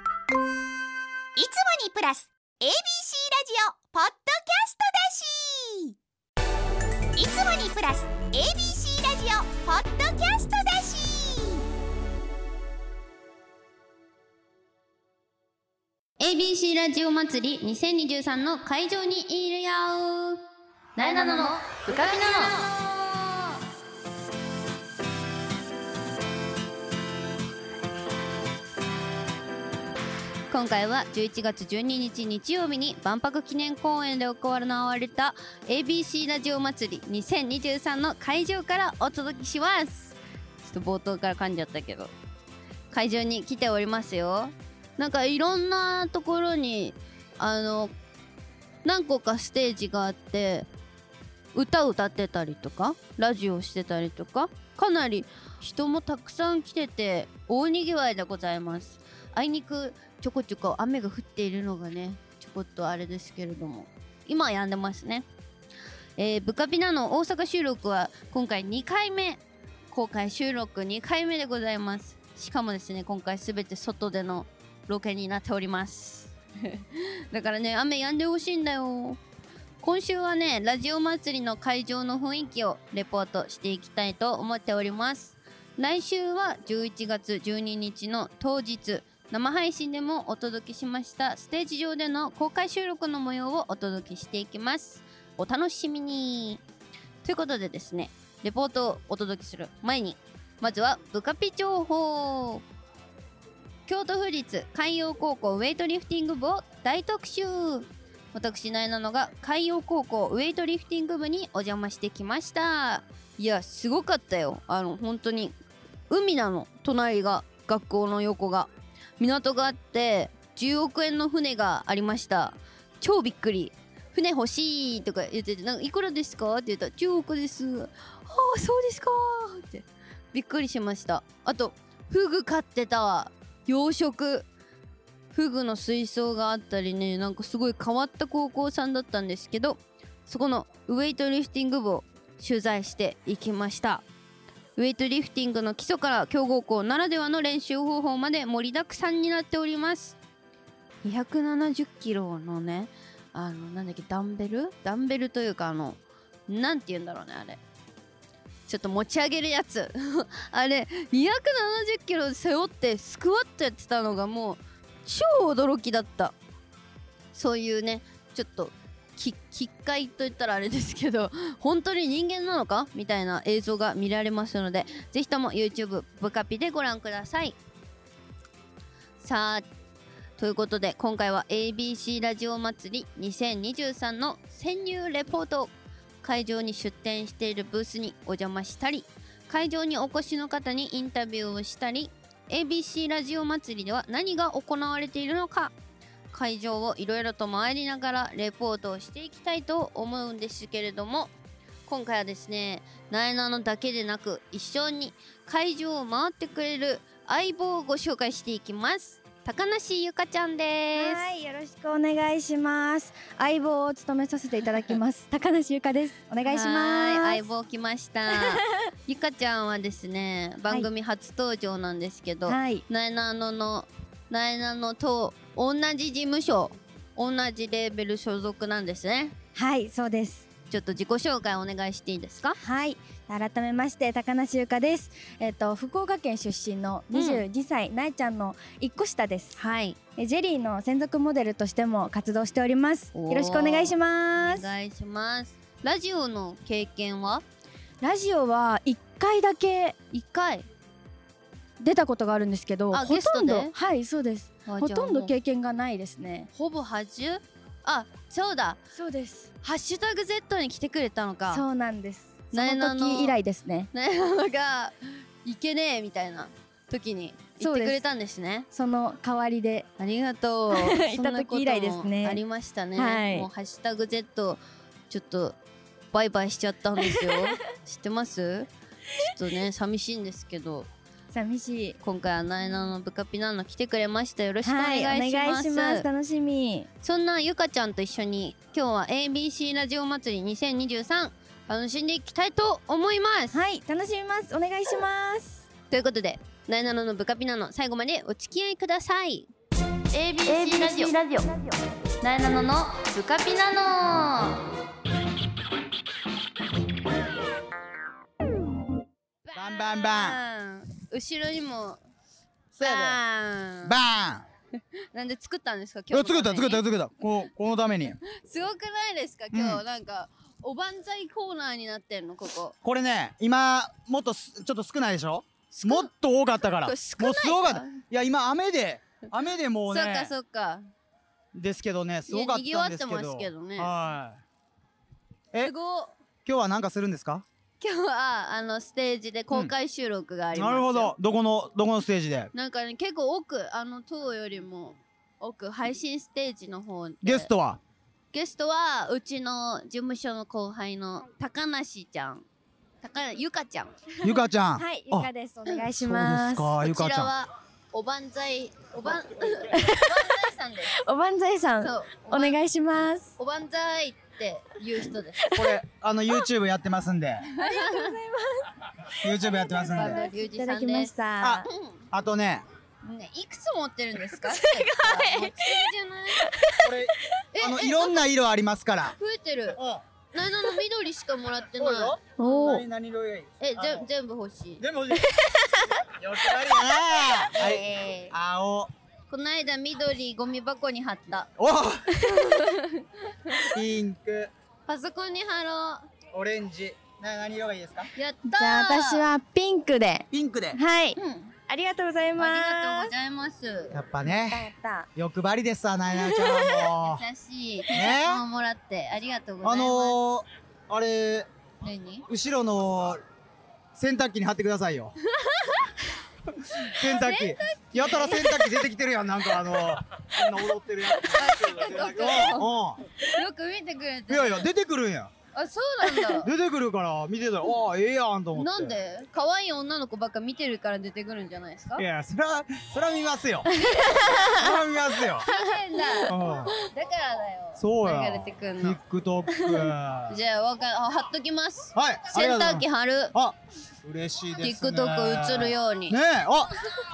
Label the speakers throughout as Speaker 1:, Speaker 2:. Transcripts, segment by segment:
Speaker 1: いつもにプラス ABC ラジオポッドキャストだしいつもにプラス ABC ラジオポッドキャストだし
Speaker 2: ABC ラジオ祭り2023の会場にいるよなえなのの浮かびな今回は11月12日日曜日に万博記念公園で行われた ABC ラジオ祭り2023の会場からお届けしますちょっと冒頭から噛んじゃったけど会場に来ておりますよなんかいろんなところにあの何個かステージがあって歌歌ってたりとかラジオしてたりとかかなり人もたくさん来てて大にぎわいでございますあいにくちょこちょこ雨が降っているのがねちょこっとあれですけれども今は止んでますねえー、ブカピナの大阪収録は今回2回目公開収録2回目でございますしかもですね今回すべて外でのロケになっております だからね雨止んでほしいんだよ今週はねラジオ祭りの会場の雰囲気をレポートしていきたいと思っております来週は11月12日の当日生配信でもお届けしましたステージ上での公開収録の模様をお届けしていきますお楽しみにということでですねレポートをお届けする前にまずはブカピ情報京都府立海洋高校ウェイトリフティング部を大特集私なえなのが海洋高校ウェイトリフティング部にお邪魔してきましたいやすごかったよあの本当に海なの隣が学校の横が港があって10億円の船がありました超びっくり船欲しいとか言ってて「なんかいくらですか?」って言ったら「10億です」「ああそうですか」ってびっくりしましたあとフグ買ってたわ養殖フグの水槽があったりねなんかすごい変わった高校さんだったんですけどそこのウェイトリフティング部を取材していきましたウェイトリフティングの基礎から強豪校ならではの練習方法まで盛りだくさんになっております270キロのねあのなんだっけダンベルダンベルというかあのなんて言うんだろうねあれちょっと持ち上げるやつ あれ270キロ背負ってスクワットやってたのがもう超驚きだったそういうねちょっとき きっかいといったらあれですけど本当に人間なのかみたいな映像が見られますのでぜひとも YouTube ブカピでご覧くださいさあということで今回は ABC ラジオ祭り2023の潜入レポート会場に出店しているブースにお邪魔したり会場にお越しの方にインタビューをしたり ABC ラジオ祭りでは何が行われているのか会場をいろいろと回りながらレポートをしていきたいと思うんですけれども今回はですねなえなのだけでなく一緒に会場を回ってくれる相棒をご紹介していきます高梨ゆかちゃんです
Speaker 3: はい、よろしくお願いします。相棒を務めさせていただ きます。高梨ゆかです。お願いします。
Speaker 2: はーい相棒来ました ゆかちゃんはですね番組初登場なんですけど、
Speaker 3: はい、
Speaker 2: なえなののなえなのと同じ事務所同じレーベル所属なんですね
Speaker 3: はい、そうです。
Speaker 2: ちょっと自己紹介お願いしていいですか
Speaker 3: はい、改めまして高梨ゆかです。えっ、と福岡県出身の22歳、なえちゃんの一個下です。
Speaker 2: はい
Speaker 3: えジェリーの専属モデルとしても活動しております。
Speaker 2: おー
Speaker 3: よろしくお願いしま
Speaker 2: お
Speaker 3: す。
Speaker 2: 願いしますラジオの経験は
Speaker 3: ラジオは一回だけ
Speaker 2: 一回
Speaker 3: 出たことがあるんですけど、
Speaker 2: あ
Speaker 3: ほ
Speaker 2: ゲス
Speaker 3: と
Speaker 2: ト
Speaker 3: ん
Speaker 2: で
Speaker 3: どはい、そうです。ほとんど経験がないですね。
Speaker 2: ほぼ初あそうだ
Speaker 3: そうです。
Speaker 2: ハッシュタグ Z に来てくれたのか
Speaker 3: そうなんです。そ
Speaker 2: なえな
Speaker 3: の
Speaker 2: の
Speaker 3: 時以来ですね。
Speaker 2: なえなのがいけねえみたいな時に言ってくれたんですね
Speaker 3: その代わりで
Speaker 2: ありが とう
Speaker 3: 行った時以来ですね
Speaker 2: そんなこともありましたね、
Speaker 3: はい
Speaker 2: もうハッシュタグ Z ちょっとバイバイしちゃったんですよ 知ってますちょっとね寂しいんですけど
Speaker 3: 寂しい。
Speaker 2: 今回はなえなのブカピナの来てくれましたよろしくお願いし
Speaker 3: はい、お願
Speaker 2: ま
Speaker 3: い
Speaker 2: す,、
Speaker 3: します。楽しみ。
Speaker 2: そんなゆかちゃんと一緒に今日は ABC ラジオ祭り2023楽しんでいきたいと思います、
Speaker 3: はい、楽しみます。お願いします。
Speaker 2: ということでなえなののブカピナの最後までお付き合いください ABC ラジオ
Speaker 4: ラジオ
Speaker 2: なえなののブカピナノ
Speaker 5: バンバンバン
Speaker 2: ン後ろにも
Speaker 5: そうや
Speaker 2: バー
Speaker 5: で
Speaker 2: ン
Speaker 5: バン
Speaker 2: なんで作ったんですか
Speaker 5: う
Speaker 2: 今
Speaker 5: わ
Speaker 2: 日
Speaker 5: 作
Speaker 2: の
Speaker 5: った
Speaker 2: ために
Speaker 5: 作った作ったこのこのために
Speaker 2: すごくないですか今
Speaker 5: う
Speaker 2: 日なんか、おばんざいコーナーになってんのここ
Speaker 5: これね今もっとすちょっと少ないでしょもっと多かったか
Speaker 2: こ
Speaker 5: らも
Speaker 2: れ
Speaker 5: う
Speaker 2: 少
Speaker 5: す
Speaker 2: ない
Speaker 5: ご
Speaker 2: か
Speaker 5: かったいや今雨で雨でもう
Speaker 2: そっか
Speaker 5: ね
Speaker 2: そっか
Speaker 5: ですけどねすごかったんですけど
Speaker 2: 賑わってますけどね
Speaker 5: はいえ
Speaker 2: すごっ
Speaker 5: 今日は何かするんですか
Speaker 2: 今日はあのステージで公開収録があります、
Speaker 5: なるほどどこのどこのステージで
Speaker 2: なんかね結構奥あの塔よりも奥配信ステージの方で
Speaker 5: ゲストは
Speaker 2: ゲストはうちの事務所の後輩の高梨ちゃん高ゆかちゃん
Speaker 5: ゆかち ゃん
Speaker 3: はい、ゆか
Speaker 5: あ
Speaker 3: です。お願いします。
Speaker 5: そうですか
Speaker 2: こち
Speaker 5: ゆかち
Speaker 2: ら
Speaker 5: ゃん
Speaker 2: はおばんざいお ばんおばんざいさんです
Speaker 3: おばんざいさん、
Speaker 2: そう
Speaker 3: お願いします。
Speaker 2: おばんざいって言う人です。
Speaker 5: これあの YouTube やってます んでありがとうございます YouTube やってますん
Speaker 2: ありがとうございます
Speaker 5: で
Speaker 2: リュウ
Speaker 3: い
Speaker 2: ジさ
Speaker 3: た
Speaker 2: んです
Speaker 3: だきました
Speaker 5: あ。あとね
Speaker 2: ね、いくつ持ってるんです か。すごい。もう次じゃない。
Speaker 5: これあの
Speaker 2: え
Speaker 5: いろんな色ありますから
Speaker 2: 増えてる。
Speaker 5: う
Speaker 2: ななの緑しかもらってない。
Speaker 3: おお、
Speaker 5: 何色がいい
Speaker 2: え、
Speaker 5: あ
Speaker 2: ぜ
Speaker 5: の
Speaker 2: 全部欲しい。
Speaker 5: で もよくあるよねはい
Speaker 2: えー
Speaker 5: 青
Speaker 2: この間緑ゴミ箱に貼った。
Speaker 5: おピンク
Speaker 2: パソコンに貼ろ
Speaker 5: オレンジな何色がいいですか
Speaker 2: う。やったー。
Speaker 3: じゃあ私はピンクで。
Speaker 5: ピンクで
Speaker 3: はい、
Speaker 2: うん。
Speaker 3: ありがとうござい
Speaker 2: ありがとう
Speaker 3: ま
Speaker 2: ご
Speaker 3: す。
Speaker 2: ざいます。
Speaker 5: やっぱね
Speaker 3: やった。
Speaker 5: 欲張りですわなえなえちゃ んはも
Speaker 2: 優しい。ね。
Speaker 5: ね
Speaker 2: をもらってありがとうご
Speaker 5: う
Speaker 2: ざ
Speaker 5: あ
Speaker 2: います。
Speaker 5: のー、あれ
Speaker 2: 何？
Speaker 5: 後ろの洗濯機に貼ってください よ洗濯機やたら洗濯機出てきてるやん なんかあのこんな踊ってるやつう
Speaker 2: よく見てくれて
Speaker 5: んい
Speaker 2: る。
Speaker 5: やいや出てくるんや
Speaker 2: あ、そう なんだ。
Speaker 5: 出てくるから見てたらああええやんと思って
Speaker 2: なんで可愛い女の子ばっか見てるから出てくるんじゃないですか
Speaker 5: いやそれはそれは見ま すよそれは見ますよ、
Speaker 2: 変だだか
Speaker 5: う
Speaker 2: らだよ
Speaker 5: ん、そうや
Speaker 2: 流れてくんの
Speaker 5: TikTok は
Speaker 2: じゃあわかあ貼っときます
Speaker 5: い
Speaker 2: 洗濯機
Speaker 5: ありがとうございます
Speaker 2: 貼る
Speaker 5: あ嬉しいですね
Speaker 2: TikTok 映るように
Speaker 5: ねえあ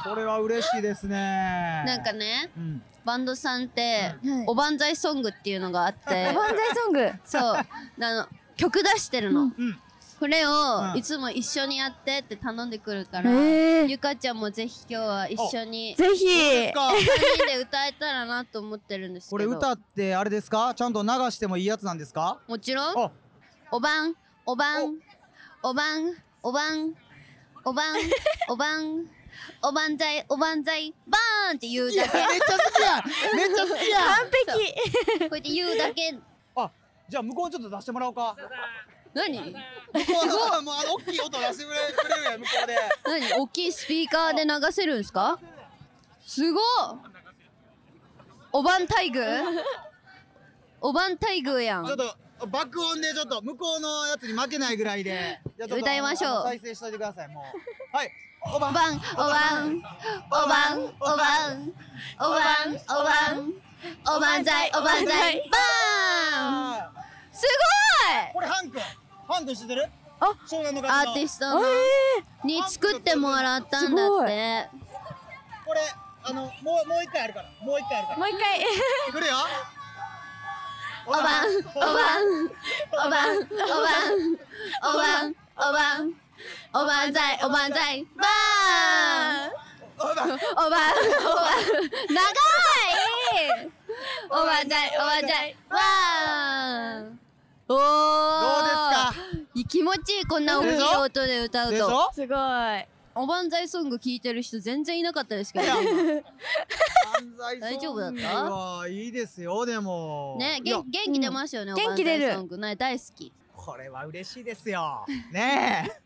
Speaker 5: これは嬉しいですね
Speaker 2: なんかね
Speaker 5: うん
Speaker 2: バンドさんって
Speaker 3: はい
Speaker 2: おばんざいソングっていうのがあっ
Speaker 3: お
Speaker 2: て
Speaker 3: ばんざいソング。
Speaker 2: そうあの曲出してるの、
Speaker 5: うん
Speaker 2: これ
Speaker 5: う
Speaker 2: を
Speaker 5: ん
Speaker 2: いつも一緒にやってって頼んでくるから、
Speaker 3: ええ
Speaker 2: ゆかちゃんもぜひ今日は一緒に
Speaker 3: ぜひ。
Speaker 5: か
Speaker 2: 3人で歌えたらなと思ってるんですけど
Speaker 5: これ歌ってあれですかちゃんと流してもいいやつなんですか
Speaker 2: もちろん
Speaker 5: あ
Speaker 2: おばん、おばん、おばん、おばん、おばん、 おばん、おばんざい、おばんざい、バーンって言う
Speaker 5: いや
Speaker 2: だ
Speaker 5: めっちゃ好きやめっちゃ好きや
Speaker 3: 完璧。
Speaker 2: け。こうやって言うだけ。
Speaker 5: あじゃあ向こうにちょっと出してもらおうか
Speaker 2: 何
Speaker 5: 向こうのもうあの大きい音出してくれくれるやん向こうで
Speaker 2: 何大きいスピーカーで流せるんですかすごっおばん大宮おばん大宮やん。
Speaker 5: ちょっと爆音でちょっと向こうのやつに負けないぐらいでじゃあちょっと
Speaker 2: 歌いましょう
Speaker 5: あの再生しといてくださいもうはいおば
Speaker 2: お
Speaker 5: ん
Speaker 2: ばん、おばん、おばん、おばん、おばん、おばん、おばんざい、おばんざい、バーン
Speaker 5: あ
Speaker 2: すごい
Speaker 5: ーこれハン君ハン君知ってる
Speaker 3: あ
Speaker 5: 湘南の
Speaker 2: ア
Speaker 5: 風の
Speaker 2: ーティスト
Speaker 3: え
Speaker 2: の
Speaker 3: え
Speaker 2: に作ってもらったんだって
Speaker 5: これあのもうもう一回あるからもう一回あるか
Speaker 3: もう一回。
Speaker 5: らくるよお
Speaker 2: おばんおばんおばんおばんおばんおばんおばんざいおばんざいばーン
Speaker 5: お
Speaker 2: お
Speaker 5: ばん
Speaker 2: ばんおばん長いおばんざいおばんざいばーンお
Speaker 5: どうですか
Speaker 2: ですか気持ちいいこんな大きい音で歌う
Speaker 5: でし
Speaker 2: と
Speaker 5: ょ
Speaker 3: すごい。
Speaker 2: おばんざいソング聞いてる人全然いなかったですけど大丈夫だった
Speaker 5: たいいですよでも
Speaker 2: ね
Speaker 5: いや
Speaker 2: 元元気出ますよね、
Speaker 3: ん
Speaker 2: おばん
Speaker 3: 元気
Speaker 2: ざい
Speaker 3: 出る
Speaker 2: ソングね大好き
Speaker 5: これは嬉しいで すよね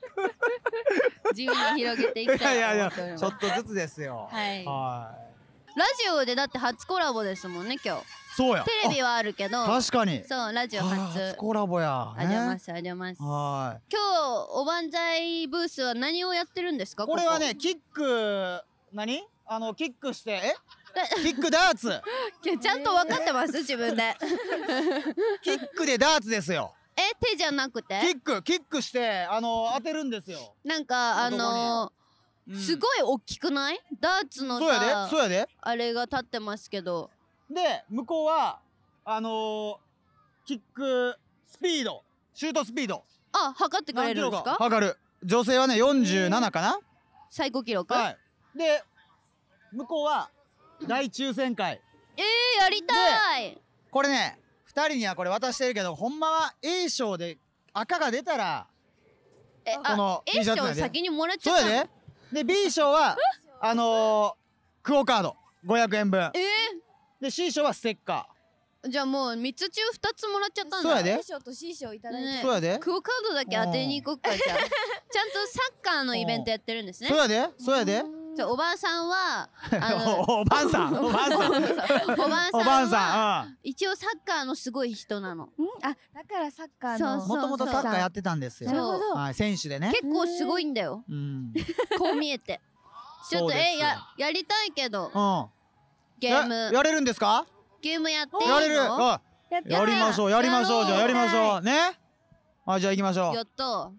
Speaker 2: 自由に広げて
Speaker 5: え
Speaker 2: い
Speaker 5: い
Speaker 2: きた
Speaker 5: や
Speaker 2: いと思
Speaker 5: いやいや
Speaker 2: っております
Speaker 5: ちょっとずつですよ
Speaker 2: はい
Speaker 5: はい
Speaker 2: ラジオでだって初コラボですもんね今日
Speaker 5: そうや
Speaker 2: テレビはあるけど
Speaker 5: あ確かに
Speaker 2: そうラジオ
Speaker 5: はあ
Speaker 2: 初
Speaker 5: コラボや
Speaker 2: あり
Speaker 5: ね
Speaker 2: ますあります今
Speaker 5: は
Speaker 2: 日おばんざいブースは何をやってるんです
Speaker 5: い
Speaker 2: か
Speaker 5: これはねキック何あのキックしてえ キックダーツ
Speaker 2: こいやちゃんと分かってます自分でえ
Speaker 5: キックでダーツですよ
Speaker 2: 手じゃなくて
Speaker 5: キックキックしてあの当てるんですよ
Speaker 2: なんかあの
Speaker 5: 男うん
Speaker 2: すごい大きくないダーツの
Speaker 5: そうや
Speaker 2: さ
Speaker 5: でそうやで
Speaker 2: あれが立ってますけど
Speaker 5: で向こうはあのー、キックスピードシュートスピード
Speaker 2: あ測ってくれるんですか
Speaker 5: 測る女性はね47かな、
Speaker 2: 最高記録、
Speaker 5: はいで向こうは大抽選会
Speaker 2: えー、やりたい
Speaker 5: これね2人にはこれ渡してるけどほんまは A 賞で赤が出たら
Speaker 2: え
Speaker 5: こ
Speaker 2: あ
Speaker 5: の T
Speaker 2: A
Speaker 5: シャツや
Speaker 2: 賞
Speaker 5: で
Speaker 2: 先にもらっちゃ
Speaker 5: そ
Speaker 2: っ
Speaker 5: う
Speaker 2: たの
Speaker 5: やでで B 賞はあのー、クオカード500円分
Speaker 2: え
Speaker 5: で C 賞はステッカ
Speaker 2: ー、じゃあもう3つ中2つもらっちゃったんだ
Speaker 5: そうやで
Speaker 3: A 賞と C 賞いただいて、
Speaker 2: ね
Speaker 5: ーそうやで
Speaker 2: クオカードだけ当てに行こっか じゃあちゃんとサッカーのイベントやってるんですね
Speaker 5: そうやでそうやで
Speaker 2: じゃあおばあさんはあの
Speaker 5: おおばんさ んおばんさん
Speaker 2: おばあさん
Speaker 5: お
Speaker 2: は
Speaker 5: ばんさん
Speaker 2: 一応サッカーのすごい人なの
Speaker 3: うんあだからサッカーの
Speaker 5: う
Speaker 2: そ
Speaker 5: ん
Speaker 2: うそ
Speaker 5: も
Speaker 2: う
Speaker 5: ともとサッカーやってたんですよ
Speaker 3: なるほど、
Speaker 5: はい選手でね
Speaker 2: 結構すごいんだよ
Speaker 5: うん
Speaker 2: こう見えてちょ
Speaker 5: そ
Speaker 2: っ
Speaker 5: う
Speaker 2: と
Speaker 5: です
Speaker 2: えややりたいけど
Speaker 5: うん
Speaker 2: ゲ
Speaker 5: や
Speaker 2: ーム
Speaker 5: やれるんですか
Speaker 2: ゲームやっていいの
Speaker 5: やれるうん
Speaker 3: やって
Speaker 5: やりましょうやりましょうじゃあやりましょうねあじゃあ行きましょ
Speaker 2: や
Speaker 5: う
Speaker 2: った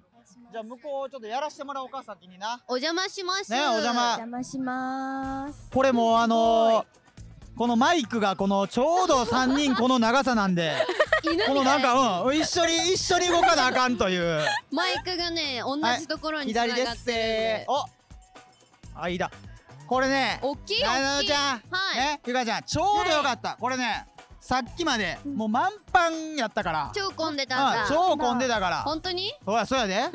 Speaker 5: じゃあ向こうちょっとやらしてもらおうか先にな
Speaker 2: お邪魔します
Speaker 5: ねお邪魔
Speaker 3: 邪魔します
Speaker 5: これもうあのー、このマイクがこのちょうど3人この長さな んで
Speaker 2: 犬みたい
Speaker 5: このなんかうん一緒に一緒に動かなあかんという
Speaker 2: マイクがね同じところに繋
Speaker 5: 左で
Speaker 2: がっ
Speaker 5: す
Speaker 2: て
Speaker 5: せーお間これ
Speaker 2: る
Speaker 5: ね
Speaker 2: んで大きい
Speaker 5: な
Speaker 2: 大
Speaker 5: の
Speaker 2: きい
Speaker 5: ちゃん
Speaker 2: はい
Speaker 5: ねゆかちゃんちょうどよかったこれねさっきまでもう満帆やったから
Speaker 2: 超混んで
Speaker 5: あ
Speaker 2: たんだ
Speaker 5: 超混んでたから
Speaker 2: 本当に
Speaker 5: ほらそうやで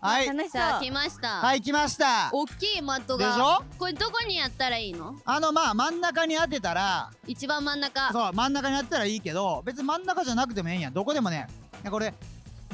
Speaker 5: はい
Speaker 3: 楽しそう
Speaker 2: さあ来ました
Speaker 5: はい来ました
Speaker 2: 大きいマットが
Speaker 5: でしょ
Speaker 2: これどこにやったらいいの
Speaker 5: あのまあ真ん中に当てたら
Speaker 2: 一番真ん中
Speaker 5: そう真ん中に当てたらいいけど別に真ん中じゃなくてもええんやどこでもねこれ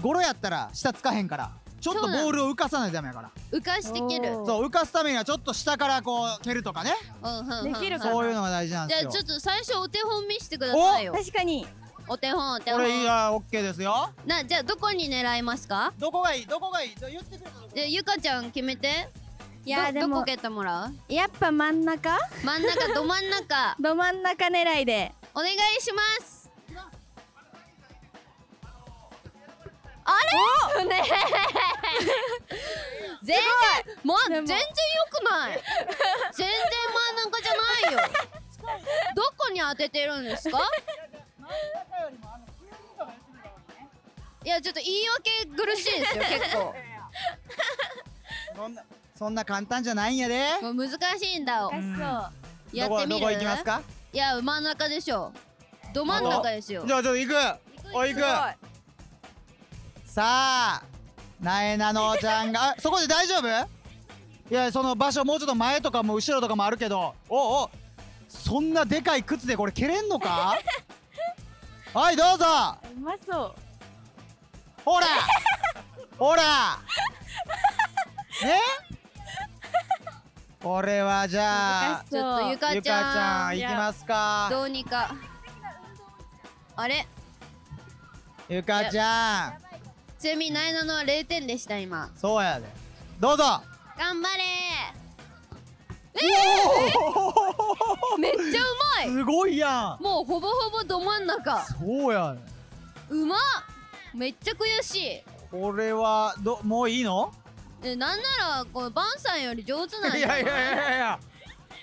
Speaker 5: ゴロやったら下つかへんからちょっと
Speaker 2: そう
Speaker 5: ボ
Speaker 2: なの
Speaker 5: ールを浮かさないとダメやから
Speaker 2: 浮かして蹴る
Speaker 3: おー
Speaker 5: そう浮かすためにはちょっと下からこう蹴るとかね
Speaker 2: うんうんうんうん
Speaker 3: できるかな
Speaker 5: そういうのが大事なん
Speaker 2: じ
Speaker 5: で
Speaker 2: ゃ
Speaker 5: す
Speaker 2: あち
Speaker 5: よ
Speaker 2: ょっと最初お手本見せてくださいよ
Speaker 3: 確かに
Speaker 2: お手本お手
Speaker 5: こ
Speaker 2: 本
Speaker 5: れいやオッケーですよ
Speaker 2: なじゃあどこに狙いますか
Speaker 5: どこがいいどこがいい言ってくれたとこ
Speaker 2: じゃあゆかちゃん決めて
Speaker 3: いや
Speaker 2: ど
Speaker 3: で
Speaker 2: ど
Speaker 3: も
Speaker 2: こ蹴ってもらう
Speaker 3: やっぱ真ん中
Speaker 2: 真ん中ど真ん中
Speaker 3: ど真ん中狙いで
Speaker 2: お願いしますあれ ねえ全然ま
Speaker 3: で
Speaker 2: 全然
Speaker 3: も
Speaker 2: 良くない全然真ん中じゃないよどこに当ててるんですかいやちょっと言い訳苦しいですよ結構
Speaker 5: そんなそんな簡単じゃないんやで
Speaker 2: もう難しいんだ よ
Speaker 3: 難しそう
Speaker 2: やっ
Speaker 5: どこ
Speaker 2: てみる
Speaker 5: どこ行きますか
Speaker 2: いや真ん中でしょど真ん中ですよ
Speaker 5: じゃあちょっと行くお行くさあなえなのちゃんがあそこで大丈夫いやその場所もうちょっと前とかも後ろとかもあるけどおうおうそんなでかい靴でこれ蹴れんのかはいどうぞ
Speaker 3: うまそう
Speaker 5: ほらほらねこれはじゃ
Speaker 3: 難
Speaker 5: あ
Speaker 3: し
Speaker 2: ちょっとゆか
Speaker 5: ゆか
Speaker 2: ち
Speaker 5: ちゃ
Speaker 2: ゃ
Speaker 5: ん
Speaker 2: ん
Speaker 5: 行きますか
Speaker 2: どうにかあれ
Speaker 5: ゆかちゃん
Speaker 2: ちなみになえなのは0点でした今
Speaker 5: そうやでどうぞ
Speaker 2: 頑張れ
Speaker 5: お
Speaker 2: めっちゃうまい
Speaker 5: すごいやん
Speaker 2: もうほぼほぼど真ん中
Speaker 5: そうやね
Speaker 2: うまっめっちゃ悔し
Speaker 5: これはどもういいの
Speaker 2: いえなんならこうバンさんより上手なん
Speaker 5: い
Speaker 2: じゃな
Speaker 5: や
Speaker 2: い
Speaker 5: いやいやいや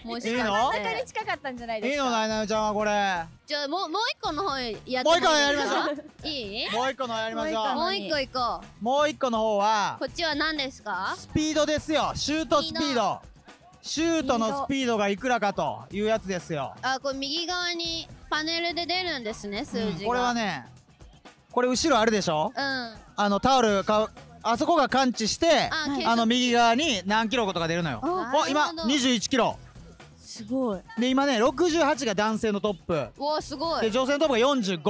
Speaker 2: もし
Speaker 5: いいの
Speaker 2: かし
Speaker 3: 中に
Speaker 2: て
Speaker 3: 近かったんじゃない
Speaker 5: い
Speaker 3: で
Speaker 5: い
Speaker 3: す
Speaker 5: の
Speaker 3: か
Speaker 5: なえなのちゃんはこれ
Speaker 2: じゃあもうもう一個の方やって
Speaker 5: もう一個やりましょう
Speaker 2: ういい
Speaker 5: もう一個のやりましょ
Speaker 3: も
Speaker 5: う
Speaker 2: もう一個行こ
Speaker 5: もう一個の方は
Speaker 2: うこっちは何ですか
Speaker 5: スピードですよシュートスピードシュートのスピードがいくらかというやつですよ
Speaker 2: あこれ右側にパネルで出るんですね数字が、
Speaker 5: うんこれはねこれ後ろあるでしょ
Speaker 2: うんあ
Speaker 5: あのタオルかあそこが感知して
Speaker 2: あ計測
Speaker 5: あの右側に何キロとか出るのよ
Speaker 3: あ
Speaker 5: お今
Speaker 2: なるほど
Speaker 5: 21キロ
Speaker 3: すごい
Speaker 5: で今ね68が男性のトップ
Speaker 2: うわすご
Speaker 5: で
Speaker 2: い
Speaker 5: 女性のトップが45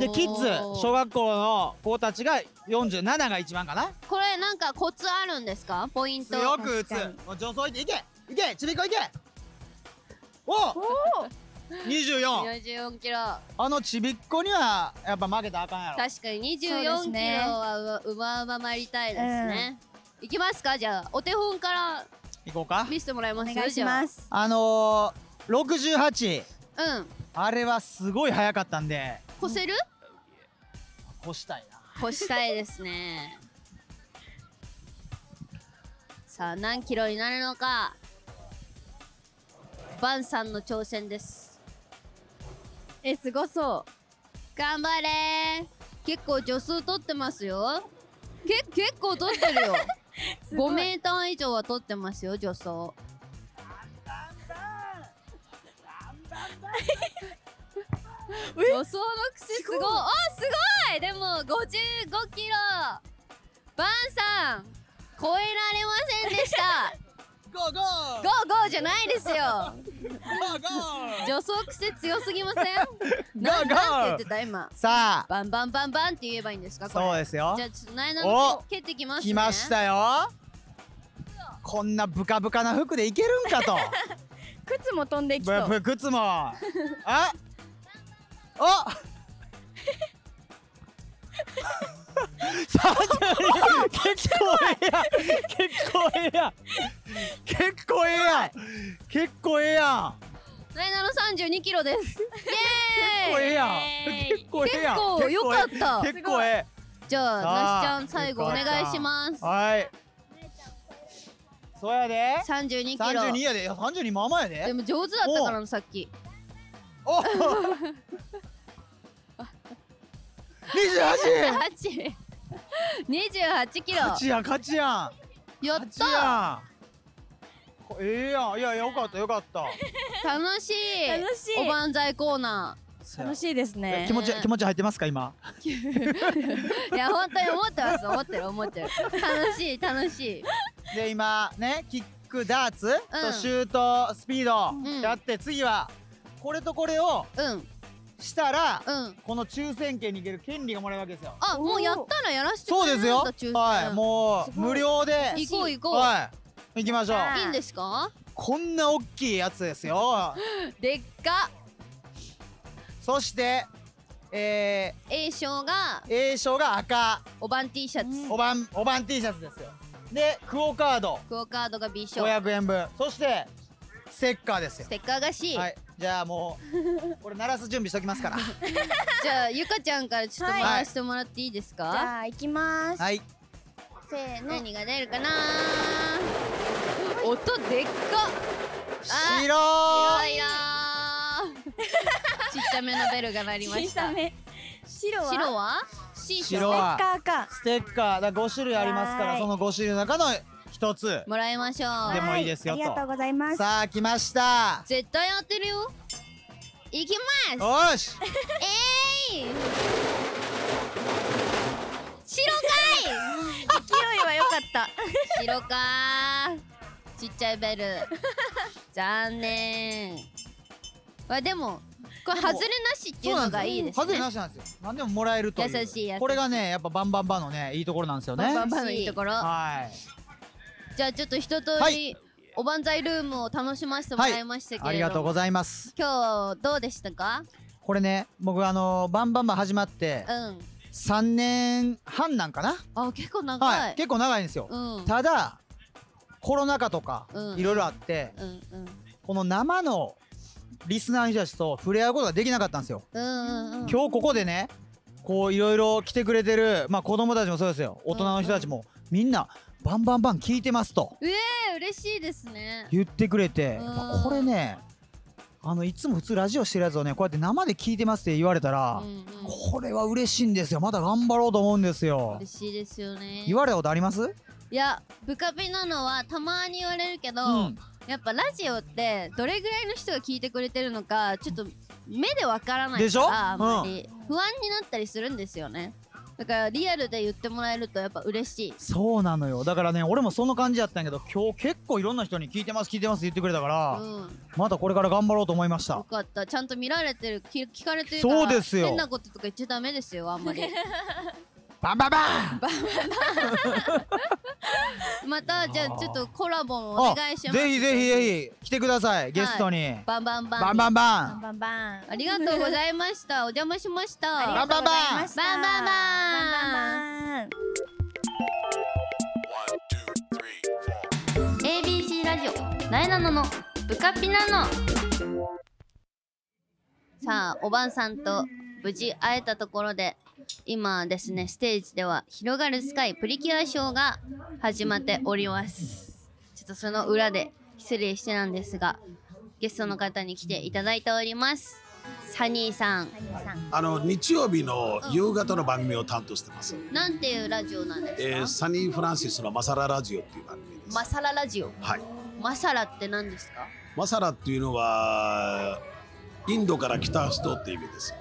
Speaker 5: で
Speaker 2: おー
Speaker 5: キッズ小学校の子たちが47が一番かな
Speaker 2: これなんかコツあるんですかポイント
Speaker 5: 強く打つ
Speaker 3: 確かに
Speaker 5: もう助走いていけいけちびっこいけお
Speaker 3: おお
Speaker 5: 24
Speaker 2: 44キロ
Speaker 5: あのちびっこにはやっぱ負けたらあかんやろ
Speaker 2: 確かに
Speaker 3: そうで
Speaker 2: 24
Speaker 3: す
Speaker 2: キロ
Speaker 3: ね
Speaker 2: はうまうままりたいですね、いきますかじゃあお手本から
Speaker 5: いこうか
Speaker 2: 見せてもらいます
Speaker 3: お願いします
Speaker 5: あのー、68
Speaker 2: じゃあうん
Speaker 5: あれはすごい速かったんで
Speaker 2: こせる
Speaker 5: 越したいな
Speaker 2: こしたいですねさあ何キロになるのかバンさんの挑戦です
Speaker 3: えすごそ
Speaker 2: 頑張れ結構助数取ってますよ け結構取ってるよ
Speaker 3: うすご
Speaker 2: 5
Speaker 3: い
Speaker 2: メーター以上は取ってますよ助走助走の癖すごいおすごいでも55キロバンさん超えられませんでした
Speaker 5: ゴーゴー
Speaker 2: ゴーゴーじゃないですよ
Speaker 5: ゴーゴー
Speaker 2: 助走癖強すぎません
Speaker 5: ゴー
Speaker 2: ななん
Speaker 5: ゴー
Speaker 2: て言ってた今
Speaker 5: さあ
Speaker 2: バンバンバンバンって言えばいいんですかこれ
Speaker 5: そうですよ
Speaker 2: じゃあちょっとなえなの
Speaker 5: お
Speaker 2: 蹴ってきますね
Speaker 5: 来ましたよこんなブカブカな服でいけるんかと
Speaker 3: 靴も飛んできそう
Speaker 5: ぶぶ靴もあお結構ええやん結構ええやん結構ええやん結構ええやん
Speaker 2: なえなの32キロ ですイ
Speaker 5: 結構ええ
Speaker 2: エーイ
Speaker 5: や
Speaker 1: え
Speaker 5: ん
Speaker 1: ー
Speaker 5: 結構ええやん
Speaker 2: 結構良かった
Speaker 5: 結構え
Speaker 2: じゃあ
Speaker 5: さ
Speaker 2: な
Speaker 5: あ
Speaker 2: しちゃん最後お願いします
Speaker 5: えはいそうやで
Speaker 2: 32キロ
Speaker 5: 32やでいや32まあまあやで
Speaker 2: でも上手だったからなさっき
Speaker 5: お 28!
Speaker 2: 8 28キロ
Speaker 5: 勝ちやん勝ちや
Speaker 2: や
Speaker 5: ん
Speaker 2: っ
Speaker 5: 勝ち
Speaker 2: た
Speaker 5: やんこええやんいやいやよかったよ かった
Speaker 2: 楽しい
Speaker 3: 楽し
Speaker 2: お
Speaker 3: い
Speaker 2: ばんざいコーナ
Speaker 3: 楽しいです
Speaker 5: え
Speaker 3: ね
Speaker 5: 気持ち気持ち入ってますか今
Speaker 2: ーいや本当に思ってます思ってる思ってる楽しい楽しい
Speaker 5: で今ねキックダーツ
Speaker 2: う
Speaker 5: と
Speaker 2: ん
Speaker 5: シュートスピード
Speaker 2: うん
Speaker 5: やって、次はこれとこれを
Speaker 2: うんうん
Speaker 5: したら、この抽選券に行ける権利がもらえるわけですよ
Speaker 2: あもうやったらやらせてく
Speaker 5: そう
Speaker 2: れる
Speaker 5: で
Speaker 2: ん
Speaker 5: す
Speaker 2: だ
Speaker 5: よ
Speaker 2: 抽選
Speaker 5: はいも
Speaker 3: す
Speaker 5: う
Speaker 3: ごい
Speaker 5: 無料で
Speaker 2: 行こう行こう、
Speaker 5: はい行きましょう
Speaker 3: はい
Speaker 2: い、いんですか
Speaker 5: こんな大きいやつですよ
Speaker 2: でっか
Speaker 5: そして、え
Speaker 2: A 賞が
Speaker 5: ー、A 賞が赤、
Speaker 2: おばん T シャツ、
Speaker 5: おばん、おばん T シャツですよ。で、クオカード、
Speaker 2: クオカードが B 賞
Speaker 5: 500円分。そして、ステッカーですよ
Speaker 2: ス。テッカーが C、
Speaker 5: はい、じゃあもう、これ鳴らす準備しときますから。
Speaker 2: じゃあゆかちゃんからちょっと
Speaker 3: はい
Speaker 2: 回してもらっていいですか、
Speaker 3: じゃあ行きます
Speaker 5: はい、
Speaker 3: せーの
Speaker 2: 何が出るかな音でっか
Speaker 5: 白
Speaker 2: いなー ちっちゃめのベルが鳴りました
Speaker 3: 小さめ白は
Speaker 2: 白は C
Speaker 5: い
Speaker 2: 賞
Speaker 3: ス
Speaker 5: 白
Speaker 3: テ
Speaker 5: は
Speaker 3: ッカーか
Speaker 5: ステッカー、だ5種類ありますか
Speaker 3: は
Speaker 5: ら、
Speaker 3: い
Speaker 5: その5種類の中の一つ。
Speaker 2: もらいましょ
Speaker 5: で
Speaker 2: う
Speaker 5: もいいですよ
Speaker 3: は
Speaker 5: と
Speaker 3: ありがとうございます
Speaker 5: さあ、来ました。
Speaker 2: 絶対当てるよいきます
Speaker 5: よし、
Speaker 2: えい白かい
Speaker 3: 勢いは良かった
Speaker 2: 白かーちっちゃいベル残念わでもこれ
Speaker 5: で
Speaker 2: 外れ
Speaker 5: も
Speaker 2: なしっていうのがいいです
Speaker 5: 外れ
Speaker 2: ね
Speaker 5: なしなんですよ。何でももらえるという。
Speaker 2: 優しい優しい
Speaker 5: これがね、やっぱバンバンバンのね、いいところなんですよね。
Speaker 2: バンバンのいいところ
Speaker 5: はい。
Speaker 2: じゃあちょっと一通り、
Speaker 5: はい
Speaker 2: おばんざいルームを楽しませてもらいましたけれども、
Speaker 5: ありがとうございます。
Speaker 2: 今日どうでしたか
Speaker 5: これね、僕あのバンバンバン始まって
Speaker 2: うん
Speaker 5: 3年半なんかな。
Speaker 2: あ結構長い、
Speaker 5: はい。結構長いんですよ
Speaker 2: う。んうん
Speaker 5: ただコロナ禍とか
Speaker 2: うん
Speaker 5: いろいろあって、
Speaker 2: うん
Speaker 5: この生のリスナーの人たちと触れ合うことができなかったんですよ。
Speaker 2: うんうんうん
Speaker 5: 今日ここでね、こういろいろ来てくれてるまあ子供たちもそうですよ。大人の人たちもみんなバンバンバン聞いてますと
Speaker 2: ええ嬉しいですね
Speaker 5: 言ってくれて、
Speaker 2: うん
Speaker 5: やっぱこれね。あのいつも普通ラジオしてるやつをねこうやって生で聞いてますって言われたら、
Speaker 2: うんうん
Speaker 5: これは嬉しいんですよまだ頑張ろうと思うんですよ
Speaker 2: 嬉しいですよね
Speaker 5: 言われたことあります
Speaker 2: いやブカピなのはたまに言われるけど、
Speaker 5: うん
Speaker 2: やっぱラジオってどれぐらいの人が聞いてくれてるのかちょっと目でわからない
Speaker 5: でしょ
Speaker 2: からあんまり不安になったりするんですよねだからリアルで言ってもらえるとやっぱ嬉しい
Speaker 5: そうなのよだからね俺もその感じやったんやけど今日結構いろんな人に聞いてます聞いてますって言ってくれたか
Speaker 2: う
Speaker 5: ら、
Speaker 2: ん
Speaker 5: またこれから頑張ろうと思いまし
Speaker 2: よ
Speaker 5: た
Speaker 2: かったちゃんと見られてる聞聞かれてるから
Speaker 5: そうですよ
Speaker 2: 変なこととか言っちゃダメですよあんま り
Speaker 5: バンバンバン
Speaker 2: またじゃあちょっとコラボもお
Speaker 5: あ
Speaker 2: 願いします
Speaker 5: ぜひぜひぜひ来てくださいゲストに、
Speaker 2: バンバンバン
Speaker 5: バンバンバ
Speaker 3: バン
Speaker 5: ン
Speaker 3: バンバン
Speaker 2: ありがとうございましたお邪魔しました
Speaker 3: ありがとうございました
Speaker 2: バンバンバン
Speaker 3: バンバンバン
Speaker 2: ABC ラジオなえなののブカピなのさあおばんさんと無事会えたところで今ですねステージでは「広がるスカイプリキュアショー」が始まっておりますとその裏で失礼してなんですがゲストの方に来ていただいておりますサニーさん
Speaker 3: サニーさん
Speaker 4: あの日曜日の夕方の番組を担当してます。
Speaker 2: なんていうラジオなんですか、
Speaker 4: えー、サニー・フランシスのマサララジオっていう番組です。
Speaker 2: マサララジオ
Speaker 4: はい。
Speaker 2: マサラって何ですか
Speaker 4: マサラっていうのはインドから来た人って意味です。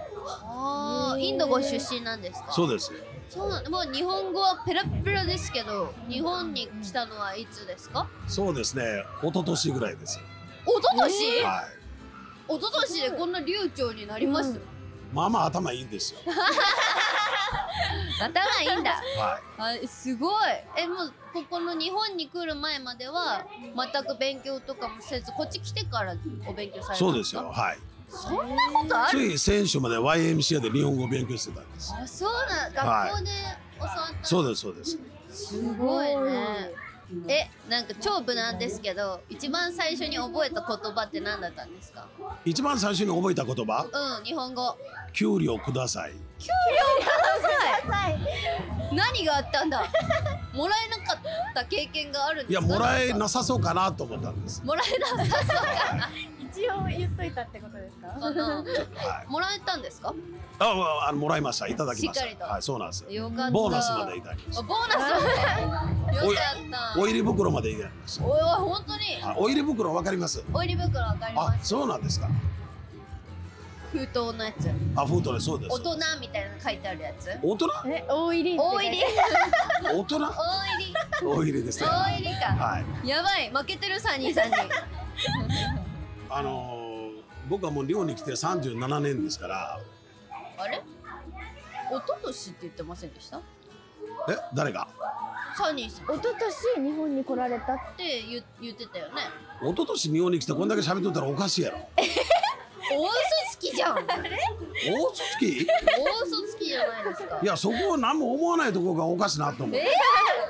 Speaker 2: あーインドご出身なんですか
Speaker 4: そう
Speaker 2: う
Speaker 4: です。
Speaker 2: そうなんもう日本語はペラペラですけど日本に来たのはいつですか
Speaker 4: そうですね。一昨年ぐらいです。
Speaker 2: 一昨年、
Speaker 4: はい。
Speaker 2: 一昨年でこんな流暢になります、
Speaker 4: まあまあ頭いいんです よ。
Speaker 2: 頭いいん だ
Speaker 4: は
Speaker 2: あすごいえもうここの日本に来る前までは全く勉強とかもせずこっち来てからお勉強されたん
Speaker 4: い。そうですよ。はい。
Speaker 2: そんなことあ
Speaker 4: つ
Speaker 2: る
Speaker 4: い先週まで YMCA で日本語を勉強してたんです。
Speaker 2: あそうなん
Speaker 4: はい
Speaker 2: 学校で教わった、
Speaker 4: そうですそうです。
Speaker 2: すごいねえなんか超無難ですけど一番最初に覚えた言葉って何だったんですか
Speaker 4: 一番最初に覚えた言葉、
Speaker 2: うん日本語
Speaker 4: 給料ください。
Speaker 2: 何があったんだもらえなかった経験があるん
Speaker 4: い
Speaker 2: です
Speaker 4: や
Speaker 2: か
Speaker 4: もらえなさそうかなと思ったんです。
Speaker 2: もらえなさそうかな
Speaker 3: 一応言っといたってことですか
Speaker 2: この
Speaker 4: はい。
Speaker 2: もらえたんですか
Speaker 4: あ、まあ、あのもらいました。いただきまし
Speaker 2: し
Speaker 4: た。
Speaker 2: っかりと
Speaker 4: はい、そうなんですよ。
Speaker 2: よかった
Speaker 4: ボーナスまでいただきまし
Speaker 2: あボーナスよかった
Speaker 4: た。お入り袋までいただきまし
Speaker 2: おいおい本当に
Speaker 4: た。あ、お入り袋わかります。
Speaker 2: オイル袋わかり
Speaker 4: あ
Speaker 2: ま、す
Speaker 4: そうなんですか。
Speaker 2: 封筒のやつ
Speaker 4: あ、フードでそうです。
Speaker 2: 大人みたいなの書いてあるやつ
Speaker 4: 大人。
Speaker 3: え大入り
Speaker 2: 大入り
Speaker 4: 大人。
Speaker 2: 大入り
Speaker 4: お入りですね。
Speaker 2: 大入りか
Speaker 4: はい。
Speaker 2: やばい負けてるサニーさんに
Speaker 4: あのー、僕はもう寮に来て37年ですから。
Speaker 2: あれおととしって言ってませんでした
Speaker 4: え、誰が。
Speaker 2: サニーさんっ
Speaker 3: 一昨年日本に来られたって
Speaker 2: 言言ってたよね
Speaker 4: 一昨年日本に来て、こんだけ喋っとったらおかしいやろ。
Speaker 2: 大嘘つきじゃん大
Speaker 4: 大嘘つき。い
Speaker 2: 嘘つきじゃないですか
Speaker 4: や、そこを何も思わないところがおかしいなと思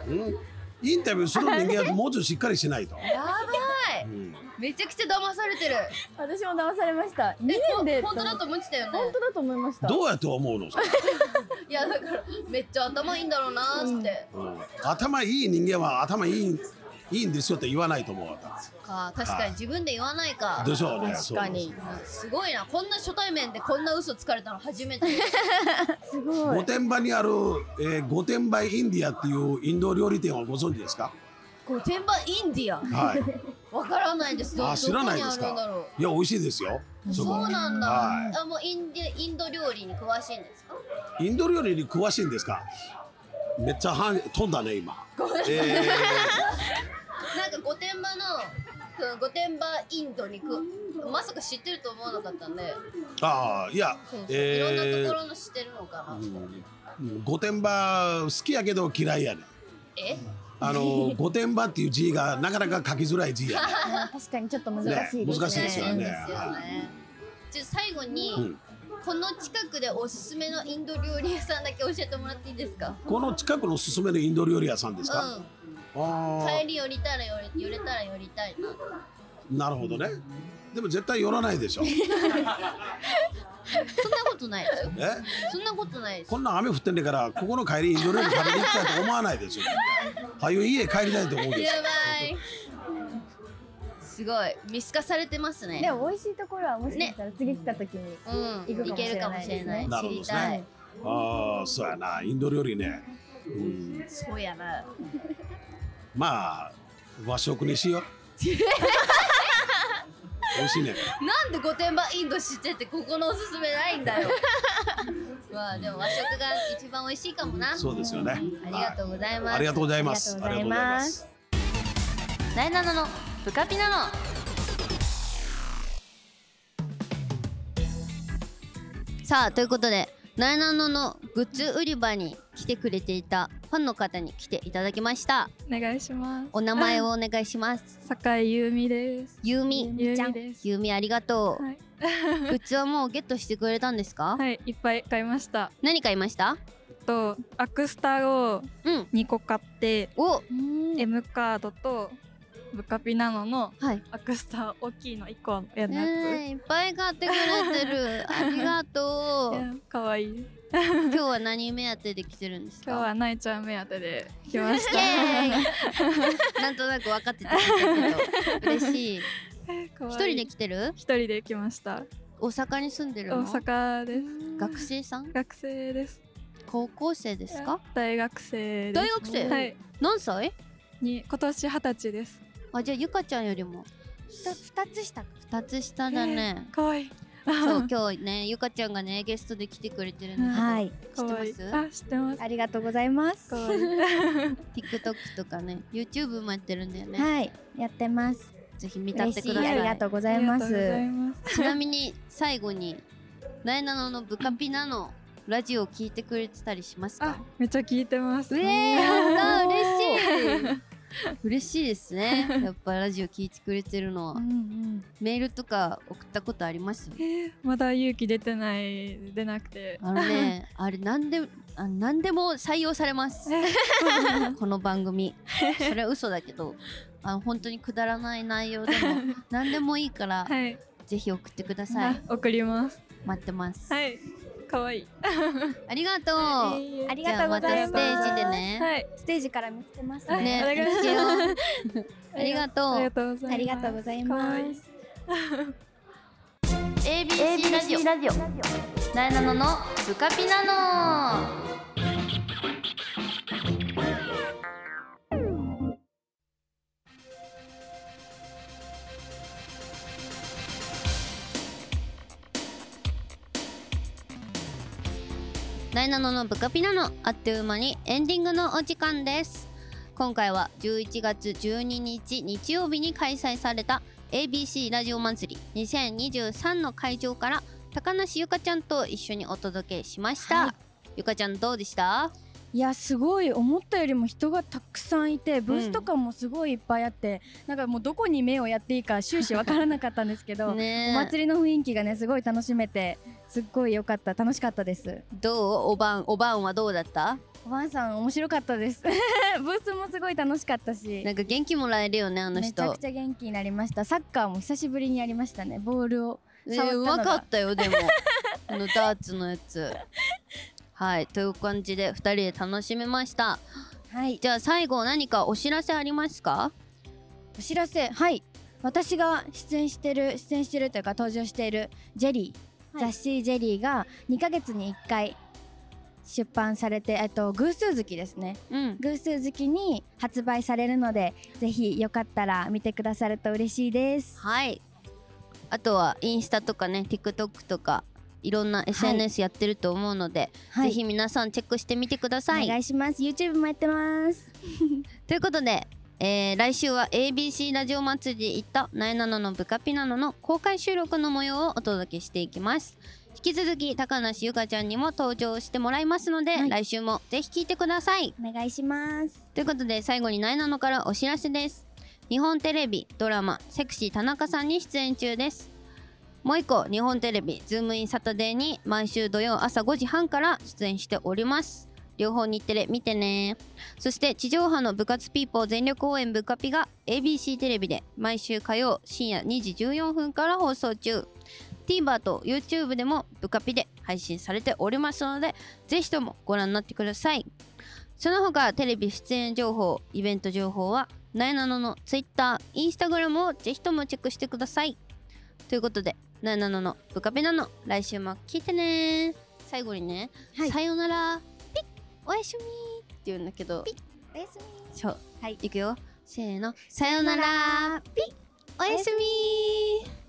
Speaker 4: う。うん。インタビューする人間はもうちょいしっかりしないと。
Speaker 2: やば
Speaker 4: う
Speaker 2: い
Speaker 4: ん。
Speaker 2: めちゃくちゃ騙されてる
Speaker 3: 私も騙されました2
Speaker 2: え
Speaker 3: 年で
Speaker 2: ほん本当だと思ってたよね
Speaker 3: 本当だと思いました
Speaker 4: どうやって思うの。それ
Speaker 2: いやだからめっちゃ頭いいんだろうなーって、
Speaker 4: うん頭いい人間は頭いいいいんですよって言わないと思うわけ
Speaker 2: か確かに自分で言わないか
Speaker 4: でしょうね
Speaker 2: 確かにすごいなこんな初対面でこんな嘘つかれたの初 めて
Speaker 3: すごい
Speaker 4: 御殿場にある、えー、御殿場インディアっていうインド料理店をご存知ですか
Speaker 2: 御殿場インディア
Speaker 4: はい
Speaker 2: わからないですど
Speaker 4: あ知らないです
Speaker 2: どこにあるんだろ
Speaker 4: かいや美味しいですよ
Speaker 2: う
Speaker 4: そ
Speaker 2: そ
Speaker 4: こ
Speaker 2: うなんだ、
Speaker 4: は
Speaker 2: あもうインディインド料理に詳しいんですか
Speaker 4: い、インド料理に詳しいんですかめっちゃはん飛んだね今え
Speaker 2: なんか御殿場のその御殿場インドに行くまさか知ってると思わなかったんで
Speaker 4: ー、ああいや
Speaker 2: そうそういろん
Speaker 4: え
Speaker 2: なとこ
Speaker 4: ー
Speaker 2: ろの知ってるのかな、
Speaker 4: うん御殿場好きやけど嫌いやねん
Speaker 2: え
Speaker 4: あの御殿場っていう字がなかなか書きづらい字やねん
Speaker 3: あー確かにちょっと難しいですね
Speaker 4: ね難しいですよね
Speaker 2: ですよねじゃあ最後に、
Speaker 4: うん
Speaker 2: この近くでおすすめのインド料理屋さんだけ教えてもらっていいですか
Speaker 4: この近くのおすすめのインド料理屋さんですか、
Speaker 2: う
Speaker 4: あ
Speaker 2: ん
Speaker 4: ー
Speaker 2: 帰り寄りたら寄れ寄れたら寄りたい な
Speaker 4: なるほどねでも絶対寄らないでしょ
Speaker 2: そんなことないですよ
Speaker 4: え
Speaker 2: そんなことないです
Speaker 4: こんな雨降ってんねんからここの帰りインド料理食べに行きたいと思わないでしょはよ家帰りたいと思うでし
Speaker 2: や
Speaker 4: ょ
Speaker 2: ばいすごい見透かされてますね
Speaker 3: でも美味しいところはもしかしたら次来た時に
Speaker 2: うん
Speaker 3: 行く
Speaker 2: いける
Speaker 3: か
Speaker 2: か
Speaker 3: も
Speaker 2: も
Speaker 3: し
Speaker 2: し
Speaker 3: れ
Speaker 2: れ
Speaker 3: な
Speaker 2: ないい
Speaker 3: ですね
Speaker 4: な
Speaker 2: 知
Speaker 4: るほど
Speaker 2: り
Speaker 4: です
Speaker 2: たい
Speaker 4: ねああそうやなインド料理ね、うん、
Speaker 2: そうやな
Speaker 4: まあ和食にしよう美味しいね
Speaker 2: なんで御殿場インド知っててここのおすすめないんだ よまあでも和食が一番美味しいかもな
Speaker 4: そうですよねあ
Speaker 2: ありがとうございます、
Speaker 4: ありがとうございます
Speaker 3: ありがとうございます
Speaker 4: ありがとうございます
Speaker 2: ナイナナのブカピナのさあということでナイナナのグッズ売り場に来てくれていたファンの方に来ていただきました
Speaker 6: お願いします。
Speaker 2: お名前をお願いします
Speaker 6: 坂井由美です。
Speaker 2: ゆうみ
Speaker 6: ゆうみです
Speaker 2: ゆうみありがとう、
Speaker 6: はい、
Speaker 2: グッズはもうゲットしてくれたんですか、
Speaker 6: はい、いっぱい買いました。
Speaker 2: 何買いました
Speaker 6: と、アクスタを
Speaker 2: うん
Speaker 6: 2個買って、
Speaker 2: お
Speaker 6: M カードとブカピナノの
Speaker 2: はい、
Speaker 6: アクスタ大きいの1個のや つ。
Speaker 2: ねえいっぱい買ってくれてるありがと
Speaker 6: いや可愛い
Speaker 2: 今日は何目当てで来てるんですか
Speaker 6: 今日はナイちゃん目当てで来まし
Speaker 2: イ
Speaker 6: た
Speaker 2: エーイ なんとなく分かってたけど嬉 しい
Speaker 6: 可 愛い
Speaker 2: 一人で来てる
Speaker 6: 一人で来ました
Speaker 2: 大阪に住んでる
Speaker 6: 大
Speaker 2: の
Speaker 6: 阪です
Speaker 2: 学生さん
Speaker 6: 学生です
Speaker 2: 高校生ですか
Speaker 6: 大学生です
Speaker 2: 大学生
Speaker 6: はい
Speaker 2: 何歳
Speaker 6: に今年二十歳です
Speaker 2: あじゃあゆかちゃんよりも
Speaker 3: 二つしたか
Speaker 2: 2つ下だね、
Speaker 6: 可愛い
Speaker 2: そう今日ねゆかちゃんがねゲストで来てくれてるんだけど、
Speaker 3: はい
Speaker 2: 知って
Speaker 6: 可
Speaker 2: ま
Speaker 6: 愛い
Speaker 2: す
Speaker 6: あ知ってます
Speaker 3: ありがとうございます
Speaker 6: 可愛い
Speaker 2: TikTok とかね YouTube もやってるんだよね、
Speaker 3: はいやってます
Speaker 2: ぜひ見たっ
Speaker 3: 嬉
Speaker 2: て
Speaker 3: し
Speaker 2: く
Speaker 3: い
Speaker 2: だ
Speaker 3: あり
Speaker 2: さ
Speaker 3: が
Speaker 2: い
Speaker 3: とうござ
Speaker 6: あ
Speaker 3: い
Speaker 6: りが
Speaker 3: ま
Speaker 6: とうござい
Speaker 3: す
Speaker 6: ます
Speaker 2: ちなみに最後になえなののブカピナのラジオ聞いてくれてたりしますか
Speaker 6: あめっちゃ聞いてます
Speaker 2: うえー、やった嬉しい嬉しいですねやっぱラジオ聞いてくれてるのは、
Speaker 3: うんうん
Speaker 2: メールとか送ったことあります
Speaker 6: えーまだ勇気出てない出なくて
Speaker 2: あのねあれ何であ何でも採用されます この番組それは嘘だけどあの本当にくだらない内容でも何でもいいから、
Speaker 6: はい
Speaker 2: ぜひ送ってください
Speaker 6: あ送ります
Speaker 2: 待ってます、
Speaker 6: はい可愛い
Speaker 2: ありがとう、
Speaker 6: いい
Speaker 3: ありがとうござ
Speaker 2: じゃあまた
Speaker 3: います
Speaker 2: ステージでね
Speaker 6: はい
Speaker 3: ステージから見つけます
Speaker 6: はい
Speaker 2: ね
Speaker 6: お願いします
Speaker 2: 見つけようありがと
Speaker 6: あり
Speaker 2: う
Speaker 6: がとうございます
Speaker 3: ありがとうございま
Speaker 6: 可愛
Speaker 3: す
Speaker 2: ABC ラジオなえなののブカピナノダイナノのブカピナのあっという間にエンディングのお時間です今回は11月12日日曜日に開催された ABC ラジオ祭り2023の会場から高梨ゆかちゃんと一緒にお届けしました、
Speaker 3: はい
Speaker 2: ゆかちゃんどうでした
Speaker 3: いやすごい思ったよりも人がたくさんいてブースとかもすごいいっぱいあって、なんかもうどこに目をやっていいか終始わからなかったんですけど、お
Speaker 2: ねえ
Speaker 3: 祭りの雰囲気がねすごい楽しめてすっごい良かった楽しかったです
Speaker 2: どうおばんおばんはどうだった
Speaker 3: おばあさん面白かったです ブースもすごい楽しかったし
Speaker 2: なんか元気もらえるよねあの
Speaker 3: めちゃ
Speaker 2: 人
Speaker 3: くちゃ元気になりましたサッカーも久しぶりにやりましたねボールを
Speaker 2: え
Speaker 3: 触った
Speaker 2: う
Speaker 3: のが
Speaker 2: まかったよ でもあのダーツのやつはいという感じで2人で楽しめました
Speaker 3: はい
Speaker 2: じゃあ最後何かお知らせありますか
Speaker 3: お知らせはい私が出演してる出演してるというか登場しているジェリー、
Speaker 2: はい
Speaker 3: 雑誌ジェリーが2ヶ月に1回出版されてえっと偶数月ですね
Speaker 2: うん
Speaker 3: 偶数月に発売されるのでぜひよかったら見てくださると嬉しいです
Speaker 2: はいあとはインスタとかね TikTok とかいろんな SNS やってると思うので、
Speaker 3: はい
Speaker 2: ぜひ皆さんチェックしてみてくだ
Speaker 3: お
Speaker 2: さい
Speaker 3: 願いします YouTube もやってます
Speaker 2: ということで、えー来週は ABC ラジオ祭りで行った「なえなののブカピナノ」の公開収録の模様をお届けしていきます引き続き高梨ゆかちゃんにも登場してもらいますので、
Speaker 3: はい
Speaker 2: 来週もぜひ聞いてください
Speaker 3: お願いします
Speaker 2: ということで最後になえなのからお知らせです日本テレビドラマ「セクシー田中さん」に出演中ですもう一個日本テレビ「ズームインサタデー」に毎週土曜朝5時半から出演しております両方日テレ見てねそして地上波の部活ピーポー全力応援部カピが ABC テレビで毎週火曜深夜2時14分から放送中 TVer と YouTube でも部カピで配信されておりますのでぜひともご覧になってくださいその他テレビ出演情報イベント情報はなえなのの Twitter、Instagram をぜひともチェックしてくださいということでなえなののブカペナの来週も聞いてね最後にね、
Speaker 3: はい
Speaker 2: さよならピッおやすみって言うんだけど
Speaker 3: おやすみ
Speaker 2: そう
Speaker 3: はい
Speaker 2: いくよせーのさよならピッおやすみ